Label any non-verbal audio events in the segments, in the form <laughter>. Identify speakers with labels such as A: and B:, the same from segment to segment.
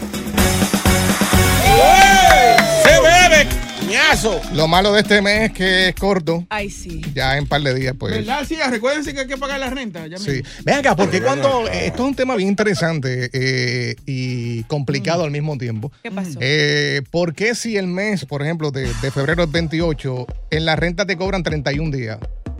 A: ¡Se bebe, coñazo!
B: Lo malo de este mes es que es corto.
C: Ay, sí.
B: Ya en par de días, pues.
D: ¿Verdad? Sí, recuérdense que hay que pagar la renta. Ya
B: Sí.
D: mismo.
B: Ven acá, porque cuando. Esto es un tema bien interesante eh, y
D: Mm.
B: complicado al mismo tiempo.
C: ¿Qué pasó?
B: Eh, ¿Por qué si el mes, por ejemplo, de, de febrero es 28, en la renta te cobran 31 días?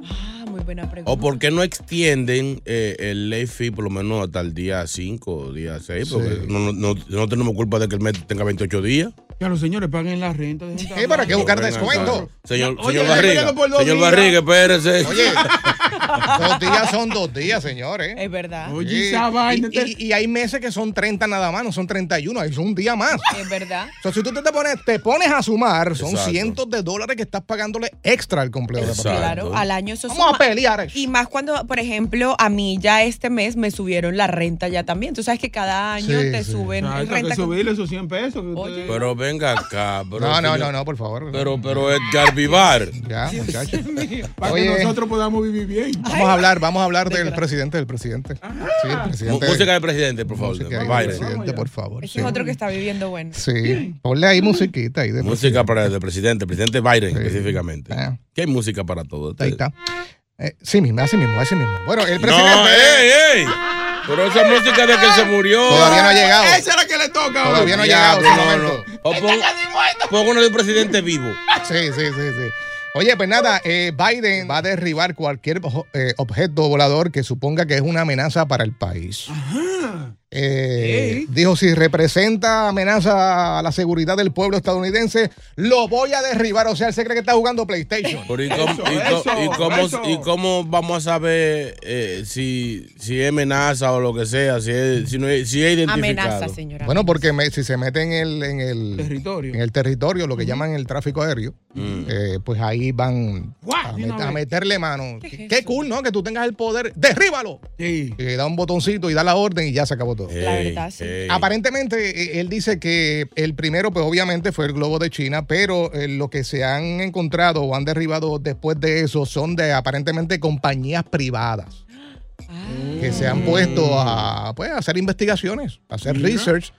C: Ah, muy buena pregunta.
A: ¿O por qué no extienden eh, el ley fee por lo menos hasta el día 5 o día 6? Porque
B: Sí.
A: no, no- no- no tenemos culpa de que el mes tenga 28 días.
D: Que a los señores paguen la renta.
C: <laughs>
D: dejen
B: Eh, ¿Para qué
D: trabajar.
B: buscar
A: Venga,
B: descuento?
A: Señor,
D: Oye,
A: señor
D: ya
A: Barriga,
D: pagaron por dos
A: señor
D: días.
A: Barriga, espérese.
B: Oye,
D: <laughs>
B: dos días son dos días, señores.
C: Es verdad.
D: Oye,
B: Sí.
D: esa vaina. este
B: Y- y, y hay meses que son 30 nada más, no son 31, hay un día más.
C: Es verdad.
B: O sea, si tú te pones, te pones a sumar, son
A: Exacto.
B: cientos de dólares que estás pagándole extra al complejo de
A: Exacto.
C: Claro, al año eso
B: Vamos a
C: suma.
B: pelear.
C: Y más cuando, por ejemplo, a mí ya este mes me subieron la renta ya también. Tú sabes que cada año
B: Sí,
C: te
B: sí.
C: suben
D: Ah,
C: el
D: hasta que
C: renta.
D: subirle esos 100 pesos. que ustedes-
A: Pero venga acá. Pero
B: No, no,
A: señor-
B: no, no, por favor.
A: Pero, pero Edgar Vivar.
C: <laughs>
B: ya, muchachos.
D: Para
B: Oye.
D: que nosotros podamos vivir bien.
B: Vamos a hablar, vamos a hablar del
C: Venga.
B: presidente, del presidente. Sí, el
A: Mu-
B: presidente.
A: Música del presidente, por favor.
B: música ahí del
A: Biden.
B: presidente, por favor.
C: Ese
B: Sí.
C: es otro que está viviendo bueno.
B: Sí, ponle ahí musiquita ahí de
A: Música para el presidente, el presidente Biden
B: Sí.
A: específicamente.
B: Ah.
A: ¿Qué hay música para todo?
B: Ahí está. Eh, sí mismo, así mismo, así mismo. Bueno,
A: No, eh,
B: el presidente
A: ey, ey. Pero esa música de que se murió.
B: todavía no ha llegado.
D: Esa es la que le toca. hoy.
B: Todavía no ha
A: Ya,
B: llegado.
A: pues,
B: ese
A: no,
B: momento.
A: no. O pon- pon uno del presidente vivo.
B: Sí, sí, sí, sí. Oye, pues nada, eh, Biden va a derribar cualquier ojo- eh, objeto volador que suponga que es una amenaza para el país. Eh, Dijo, si representa amenaza a la seguridad del pueblo estadounidense, lo voy a derribar. O sea, él se cree que está jugando PlayStation.
A: Pero ¿y, cómo, y
D: Eso,
A: co- y cómo-
D: eso.
A: y cómo vamos a saber eh, si, si es amenaza o lo que sea? Si es, si no es, si es identificado.
C: Amenaza, señora.
B: Bueno, porque me- si se mete en el, en, el,
D: Territorio. Mm.
B: en el territorio, lo que llaman el tráfico aéreo, eh, pues ahí van
D: Guau,
B: a,
D: de una
B: met- a
D: vez.
B: meterle mano.
C: ¿Qué es
B: Qué,
C: eso?
B: cool, ¿no? Que tú tengas el poder. ¡Derríbalo!
D: Sí.
B: Y eh, da un botoncito y da la orden y ya se acabó todo.
C: La verdad, sí.
B: eh,
A: ey.
B: Aparentemente, eh, él dice que el primero, pues obviamente fue el globo de China, pero eh, lo que se han encontrado o han derribado después de eso son de aparentemente compañías privadas
C: Ah,
B: que se han puesto a, pues, a hacer investigaciones, a hacer research,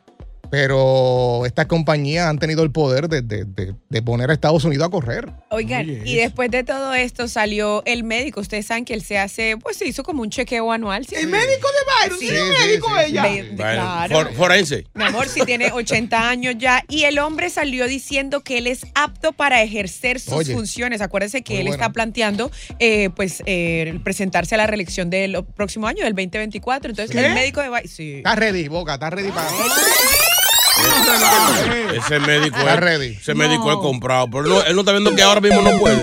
B: pero estas compañías han tenido el poder de, de- de- de poner a Estados Unidos a correr.
C: Oigan,
D: Oye,
C: y
D: eso.
C: después de todo esto salió el médico. Ustedes saben que él se hace, pues se hizo como un chequeo anual. ¿sí?
D: El médico de Byron.
C: Sí,
D: Sí,
C: sí,
D: el médico
B: sí, sí,
D: ella.
C: Ve- de-
A: Bueno,
C: claro.
A: for- forense.
C: Mi amor, si tiene 80 años ya. Y el hombre salió diciendo que él es apto para ejercer sus
B: Oye.
C: funciones. Acuérdense que
B: Muy
C: él
B: bueno.
C: está planteando eh, pues eh, presentarse a la reelección del próximo año, del 2024. Entonces,
D: ¿Qué?
C: el médico de Ba- Sí.
B: Está ready, Boca, está ready para...
A: Ese médico
B: Está
A: es,
B: ready.
A: ese médico es comprado, pero no- él no está viendo que ahora mismo no puede.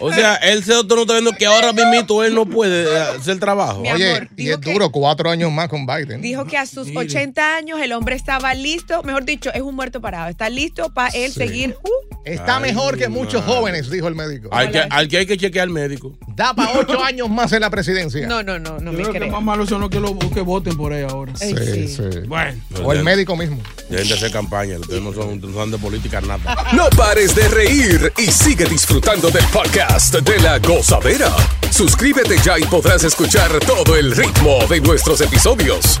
A: O sea, él se otro no está viendo que ahora mismo él no puede eh, hacer trabajo.
C: Mi
B: Oye,
C: amor,
B: y
C: digo
B: es
C: que-
B: duro, cuatro años más con Biden.
C: Dijo que a sus 80 años el hombre estaba listo, mejor dicho, es un muerto parado. Está listo para él seguir. uh,
B: Está mejor que muchos jóvenes, dijo el médico.
A: Al que, al que hay que chequear al médico.
B: Da para ocho
A: <laughs>
B: años más en la presidencia.
C: no, no, no, no
D: Yo
C: me
D: creo que
C: creo.
D: más malos son los que, lo, que voten por ella ahora.
C: Ay, sí.
D: Bueno.
B: O el médico mismo.
A: Deben de hacer campaña,
C: Ah,
A: ustedes no son, no son de política nada.
E: No pares de reír y sigue disfrutando del podcast.
F: podcast de la gozadera. Suscríbete ya y podrás escuchar todo el ritmo de nuestros episodios.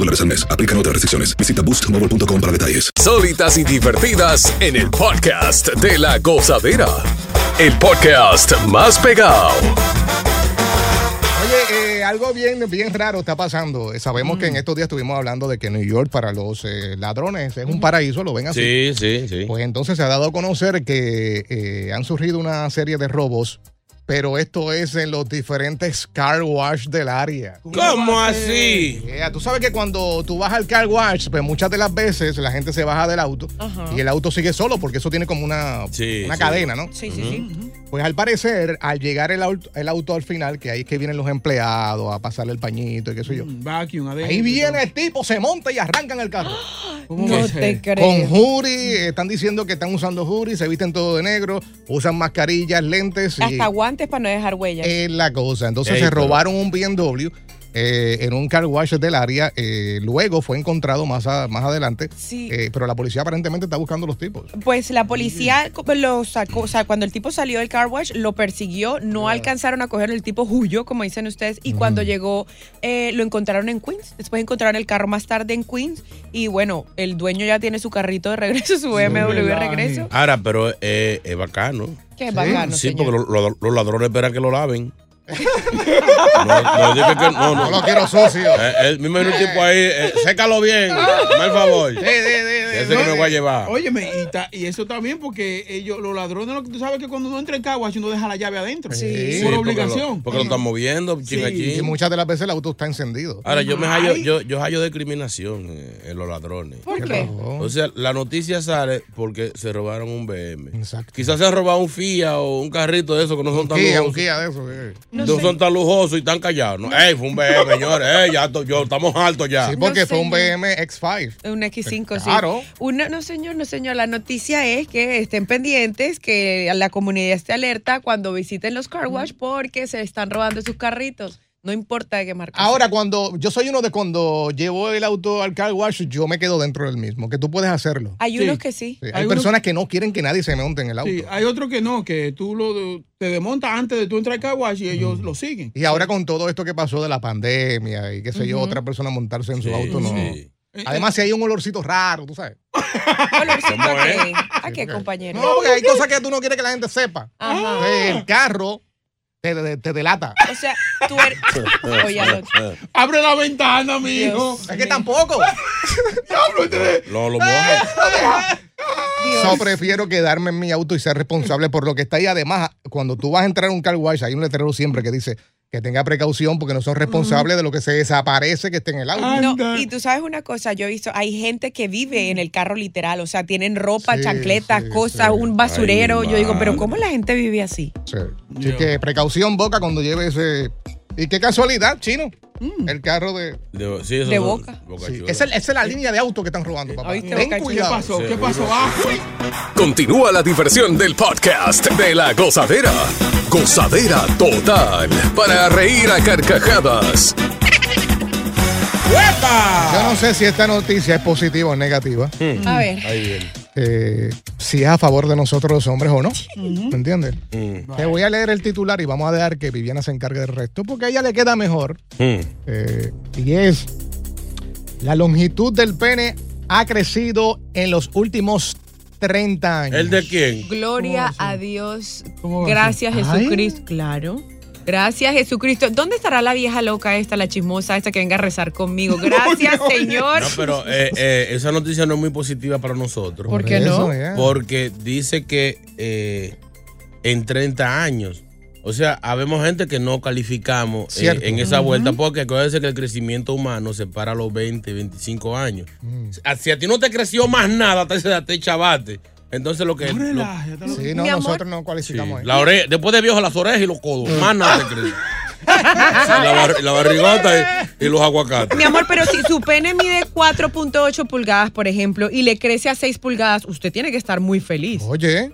G: dólares al mes. Aplican otras restricciones. Visita boostmobile.com para detalles.
F: sólidas y divertidas en el podcast de la gozadera. El podcast más pegado.
B: Oye, eh, algo bien, bien raro está pasando. Eh, Sabemos que en
C: Mm.
B: estos días estuvimos hablando de que New York para los eh, ladrones es un paraíso, lo ven así.
A: Sí, sí, sí.
B: Pues entonces se ha dado a conocer que eh, han surgido una serie de robos, pero esto es en los diferentes car wash del área.
A: ¿Cómo así?
B: Yeah, Eh, tú sabes que cuando tú vas al car wash, pues muchas de las veces la gente se baja del auto y el auto sigue solo porque eso tiene como una,
A: Sí,
B: una
A: sí.
B: cadena, ¿no?
C: Sí, sí, sí.
B: Pues al parecer, al llegar el auto, el auto al final, que ahí es que vienen los empleados a pasarle el pañito y qué sé yo.
D: Un Vacuum adentro.
B: Ahí viene el tipo, se monta y arrancan el carro.
D: ¿Cómo va
C: No
D: a
C: te
D: ser?
B: Con
C: creo.
B: jury, eh, están diciendo que están usando jury, se visten todo de negro, usan mascarillas, lentes y
C: Hasta guantes para no dejar huellas.
B: es la cosa. Entonces
A: Ey,
B: se
A: pero-
B: robaron un BMW eh, en un car wash del área. eh, luego fue encontrado más, a- más adelante,
C: Sí.
B: eh, pero la policía aparentemente está buscando a los tipos.
C: Pues la policía co- lo sacó, o sea, cuando el tipo salió del car wash, lo persiguió, no alcanzaron a cogerlo, el tipo huyó, como dicen ustedes, y cuando llegó, eh, lo encontraron en Queens, después encontraron el carro más tarde en Queens, y bueno, el dueño ya tiene su carrito de regreso, su BMW de
D: relaje.
C: regreso.
A: Ahora, pero eh, es bacano.
C: Qué bacano,
A: sí,
C: señor.
A: porque lo- lo- los ladrones esperan que lo
B: <laughs>
A: laven. no, no, dije que no,
B: No lo
A: no.
B: quiero socio.
A: Eh, él mismo hay un tipo ahí, eh, sécalo
B: <laughs>
A: bien, por favor. Ese que me voy a llevar.
D: Óyeme, y, ta- y eso está bien porque ellos, los ladrones, lo que tú sabes que cuando uno entra en Caguas, uno deja la llave adentro.
A: Sí, porque
D: Por
A: lo-
D: obligación.
A: Porque lo están moviendo,
D: Sí.
A: chinga
B: Y
A: chin.
B: muchas de las veces el auto está encendido.
A: Ahora, yo me hallo,
D: Ay.
A: yo, yo hallo discriminación eh, en los ladrones.
C: ¿Por
B: ¿Qué
C: qué?
B: pasó?
A: O sea, la noticia sale porque se robaron un BM.
B: Exacto.
A: Quizás se han robado un FIA o un carrito de esos que no son tan
B: Kia,
A: lujosos.
B: un Kia de eso. eh.
A: No, son tan lujosos y tan callados. ¿no? Ey, fue un
C: <laughs>
A: BM, señores. Ey, ya to- yo, estamos altos ya.
B: Sí, porque
C: Ah. No,
B: fue un
C: señor.
B: BMW X5.
C: Un X5, sí.
B: Claro.
C: Una- no, señor, no, señor. La noticia es que estén pendientes, que la comunidad esté alerta cuando visiten los car wash porque se están robando sus carritos. No importa de qué marca. sea.
B: Ahora, cuando yo soy uno de cuando llevo el auto al car wash, yo me quedo dentro del mismo, que tú puedes hacerlo.
C: Hay
D: Sí.
C: unos que sí.
B: Sí, hay
D: Hay unos-
B: personas que no quieren que nadie se monte en el auto.
D: Sí, hay otro que no, que tú lo, te desmontas antes de tú entrar al Caguas y
A: Mm.
D: ellos lo siguen.
B: Y ahora con todo esto que pasó de la pandemia y qué sé yo, otra persona montarse en su
A: Sí,
B: auto, no.
A: sí.
B: Además, si hay un olorcito raro, tú sabes.
C: Olorcito
B: <laughs>
A: ¿Cómo
C: a
A: es?
C: qué, ¿A qué, compañero?
B: No, porque hay cosas que tú no quieres que la gente sepa.
C: Ajá.
B: El carro te, te- te delata.
C: O sea, tú
B: <laughs>
C: eres. Oye, al otro.
A: Eh,
D: Abre la ventana, mijo.
C: Dios.
B: Es que tampoco.
D: Diablo, este-
A: Lo, lo mojan.
C: Dios.
B: Yo prefiero quedarme en mi auto y ser responsable por lo que está ahí. Además, cuando tú vas a entrar a un car wash, hay un letrero siempre que dice que tenga precaución porque no son responsables de lo que se desaparece que esté en el auto.
D: Ah,
C: No,
D: Anda.
C: y tú sabes una cosa, yo he visto, hay gente que vive en el carro literal, o sea, tienen ropa,
B: Sí,
C: chancletas,
B: sí,
C: cosas,
B: sí.
C: un basurero.
A: Ay,
C: yo digo, pero
A: madre.
C: ¿cómo la gente vive así?
B: Sí. Así que precaución, boca, cuando lleves ese. Y qué casualidad, chino. El carro de.
A: De, sí, esos
C: De
A: son
C: boca.
B: Sí,
A: chulas.
B: Esa, es la- esa es la línea de auto que están robando, papá.
C: Oíste,
B: Ten
C: Boca Chula.
D: ¿Qué
B: cuidado.
D: pasó? ¿Qué
A: Seguro.
D: pasó? Ah, uy.
F: Continúa la diversión del podcast de la gozadera. Gozadera total. Para reír a carcajadas.
B: Yo no sé si esta noticia es positiva o negativa.
A: Mm.
C: A ver.
A: Ahí viene.
B: eh, si es a favor de nosotros los hombres o no. ¿Me entiendes?
A: Mm.
B: Te voy a leer el titular y vamos a dejar que Viviana se encargue del resto porque a ella le queda mejor.
A: Mm.
B: Eh, y es la longitud del pene ha crecido en los últimos 30 años.
A: ¿El de quién?
C: Gloria a Dios.
D: ¿Cómo va a
C: Gracias
D: ser?
C: Jesucristo. Claro. Gracias Jesucristo. ¿Dónde estará la vieja loca esta, la chismosa esta que venga a rezar conmigo? Gracias, Señor.
A: No, pero eh, eh, esa noticia no es muy positiva para nosotros.
C: ¿Por qué no?
B: Eso, ya.
A: Porque dice que eh, en 30 años. O sea, habemos gente que no calificamos eh,
B: Cierto.
A: en esa vuelta porque acuérdense que el crecimiento humano se para a los 20, 25 años. A- Si a ti no te creció más nada hasta esa edad, te chavate. Entonces lo que...
D: No
A: lo-
D: relajes, está loco.
B: Sí, no,
C: Mi amor.
B: nosotros no cualificamos.
A: Sí,
B: ahí.
A: la ore- después de viejo, las orejas y los codos. Más nada te
D: <laughs>
A: crece. Sí, la, bar- la barrigota y, y los aguacates.
C: Mi amor, pero si su pene mide 4.8 pulgadas, por ejemplo, y le crece a 6 pulgadas, usted tiene que estar muy feliz.
B: Oye,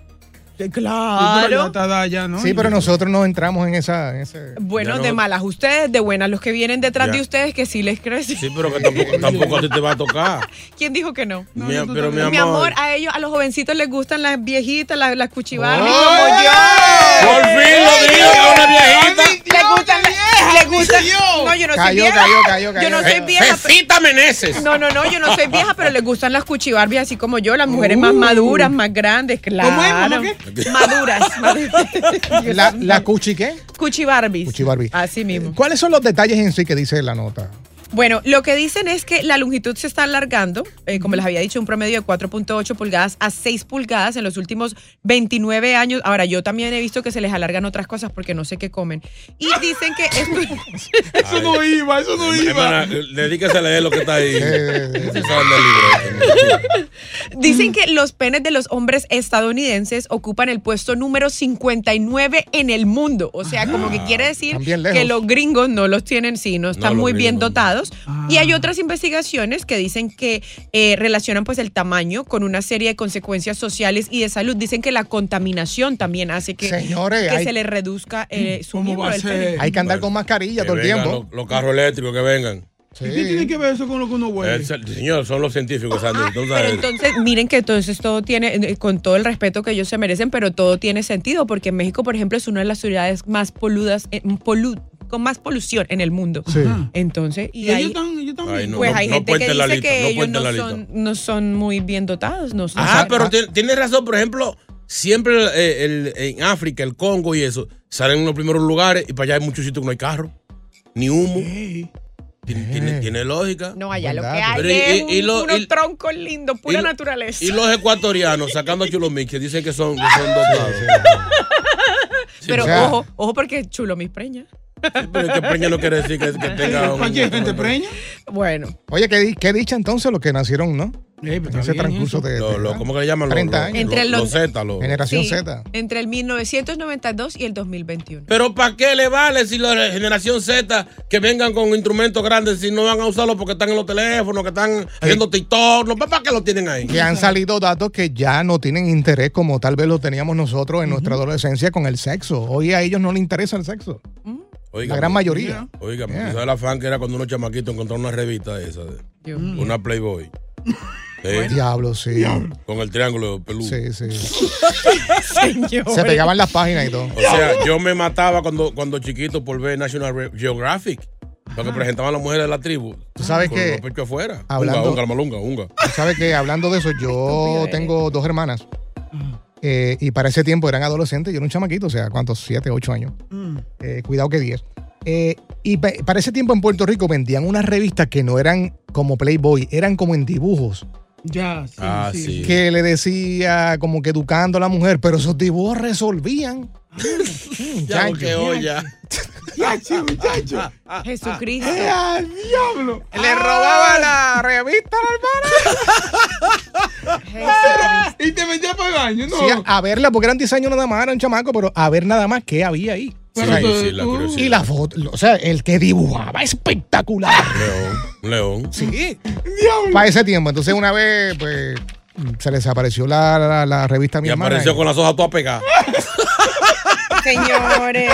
D: Sí, pero ya
C: Claro.
D: está da ya, ¿no?
B: sí, pero nosotros no entramos en esa. en ese-
C: Bueno,
A: Ya no-
C: de malas ustedes, de buenas los que vienen detrás
A: Ya.
C: de ustedes que sí les crece.
A: Sí, pero que tampoco, tampoco a ti te va a tocar.
C: ¿Quién dijo que no?
D: No,
A: Mi-
D: no, tú
A: pero mi
D: también.
A: amor.
C: Mi amor, a ellos, a los jovencitos les gustan las viejitas, las, las cuchibarras como yo.
A: Por fin lo digo, que una viejita.
C: Les gustan, las- les gustan. No, yo no soy
B: Cayó,
C: vieja.
B: cayó, cayó, cayó,
C: yo no soy
B: cayó.
C: vieja. pero-
A: Jefita Meneses.
C: No, no, no, yo no soy vieja, pero les gustan las cuchibarbias así como yo, las mujeres más maduras, más grandes, claro.
D: ¿Cómo es, mamá, qué?
C: Maduras, maduras.
B: La, la cuchi, ¿qué?
C: Cuchibarbis.
B: Cuchibarbie.
C: Así mismo.
B: ¿Cuáles son los detalles en sí que dice la nota?
C: Bueno, lo que dicen es que la longitud se está alargando, eh, como les había dicho, un promedio de 4.8 pulgadas a 6 pulgadas en los últimos 29 años. Ahora, yo también he visto que se les alargan otras cosas porque no sé qué comen. Y dicen que <laughs> esto...
D: Eso no iba, eso no iba.
A: Hermana, eh, dedíquese a leer lo que está ahí.
B: Eh,
A: Se sabe del libro.
C: Dicen que los penes de los hombres estadounidenses ocupan el puesto número 59 en el mundo. O sea, como que quiere decir
B: también lejos.
C: que los gringos no los tienen, sí, no están
A: los
C: muy bien
A: gringos no.
C: dotados. Y
D: Ah.
C: hay otras investigaciones que dicen que eh, relacionan pues el tamaño con una serie de consecuencias sociales y de salud. Dicen que la contaminación también hace que,
B: Señores,
C: que
B: hay-
C: se le reduzca eh, su
D: ¿Cómo
C: miembro
D: va a
C: del
D: ser?
C: pene.
B: Hay que andar
A: Bueno,
B: con mascarilla
A: Que
B: todo el
A: vengan
B: tiempo.
A: los, los carros eléctricos que vengan.
D: ¿Y ¿Qué tiene
B: Sí.
D: que ver eso con lo que uno huele?
A: Es el- señor, son los científicos, Sandy. tú
C: Ah, Pero
A: sabes.
C: entonces, miren que entonces todo tiene, eh, con todo el respeto que ellos se merecen, pero todo tiene sentido, porque México, por ejemplo, es una de las ciudades más poludas, eh, polu- con más polución en el mundo. Entonces, y,
D: Ah. Y ellos
C: ahí,
D: están, ellos están
A: Ay,
D: bien.
A: no,
C: pues hay gente que
A: cuenten
C: dice
A: la lista,
C: que
A: no
C: ellos
A: cuenten
C: no
A: la
C: son,
A: lista.
C: no son muy bien dotados. No son-
A: Ah, pero ti- tienes razón, por ejemplo, siempre eh, el- en África, el Congo y eso, salen en los primeros lugares y para allá hay muchos sitios que no hay carro, ni humo. Tiene,
B: Eh.
A: tiene- tiene lógica.
C: No, allá lo que
B: Verdad,
C: hay
A: pero y-
C: es
A: y- y
C: un-
A: lo-
C: unos
A: y-
C: troncos lindos, pura
A: y lo-
C: naturaleza.
A: Y los ecuatorianos sacando chulomix que dicen que son, que son dotados. Sí,
C: <laughs> pero
B: o sea-
C: ojo, ojo porque es chulo mis preñas.
A: sí, pero es que preña no quiere decir que, que tenga un-
D: Cualquier gente preña.
C: Bueno,
B: Oye, ¿qué, di- qué dicha entonces los que nacieron, ¿no?
D: Eh,
B: En ese transcurso de,
A: Lo-
B: de-
A: lo- ¿Cómo que le llaman? Lo-
B: 30
A: lo-
B: años.
C: Entre
A: lo- los
C: los-
A: Zeta, lo-
B: Generación
C: sí,
B: Z.
C: entre el 1992 y el 2021.
A: Pero ¿para qué le vale si la generación Z que vengan con instrumentos grandes si no van a usarlos porque están en los teléfonos, que están haciendo TikTok? No, ¿Para qué lo tienen ahí?
B: Que han salido datos que ya no tienen interés como tal vez lo teníamos nosotros en nuestra adolescencia con el sexo. Hoy a ellos no les interesa el sexo. La
A: Oiga,
B: gran mayoría.
A: oiga,
B: Yeah.
A: ¿sabes la fan que era cuando unos chamaquitos encontraron una revista esa, de-
C: Dios
B: Mm.
A: una
B: <laughs>
A: Playboy? Eh,
B: Diablo, sí.
A: Con el triángulo peludo.
B: Sí,
C: <laughs>
B: sí. Se pegaban las páginas y todo.
A: O sea, yo me mataba cuando, cuando chiquito por ver National Re- Geographic. Lo que presentaban las mujeres de la tribu.
B: Tú sabes
A: con
B: que-
A: Los pechos afuera.
B: hablando-
A: Unga, unga, malunga, unga.
B: Tú sabes que hablando de eso, yo tengo dos hermanas. eh, y para ese tiempo eran adolescentes, yo era un chamaquito, o sea, ¿cuántos? Siete, ocho años.
D: Mm.
B: Eh, cuidado que diez. Eh, y pa- para ese tiempo en Puerto Rico vendían unas revistas que no eran como Playboy, eran como en dibujos.
D: Ya, sí,
A: Ah,
D: sí.
A: sí.
B: Que le decía como que educando a la mujer, pero esos
A: <laughs>
B: dibujos resolvían. Mm,
A: Ya,
B: Muchacho.
A: que hoy ya.
D: <laughs> Ya, sí, muchacho.
B: Ah,
A: ah.
C: Jesucristo.
D: ¡Ah, diablo!
B: Le robaba la revista al
C: Jesucristo.
D: Y te metía para el baño, ¿no?
B: ah. Sí, ah. a, a verla, porque eran 10 años nada más, era un chamaco, pero a ver nada más qué había ahí.
D: Pero
A: Sí,
D: tú-
A: sí, la
D: tú-
A: curiosidad.
B: Y la foto, o sea, el que dibujaba espectacular.
A: León, león.
B: Sí. Para ese tiempo. Entonces, una vez, pues, se les apareció la, la, la revista a mi
A: Y
B: hermana.
A: apareció con las hojas todas pegadas.
C: Señores.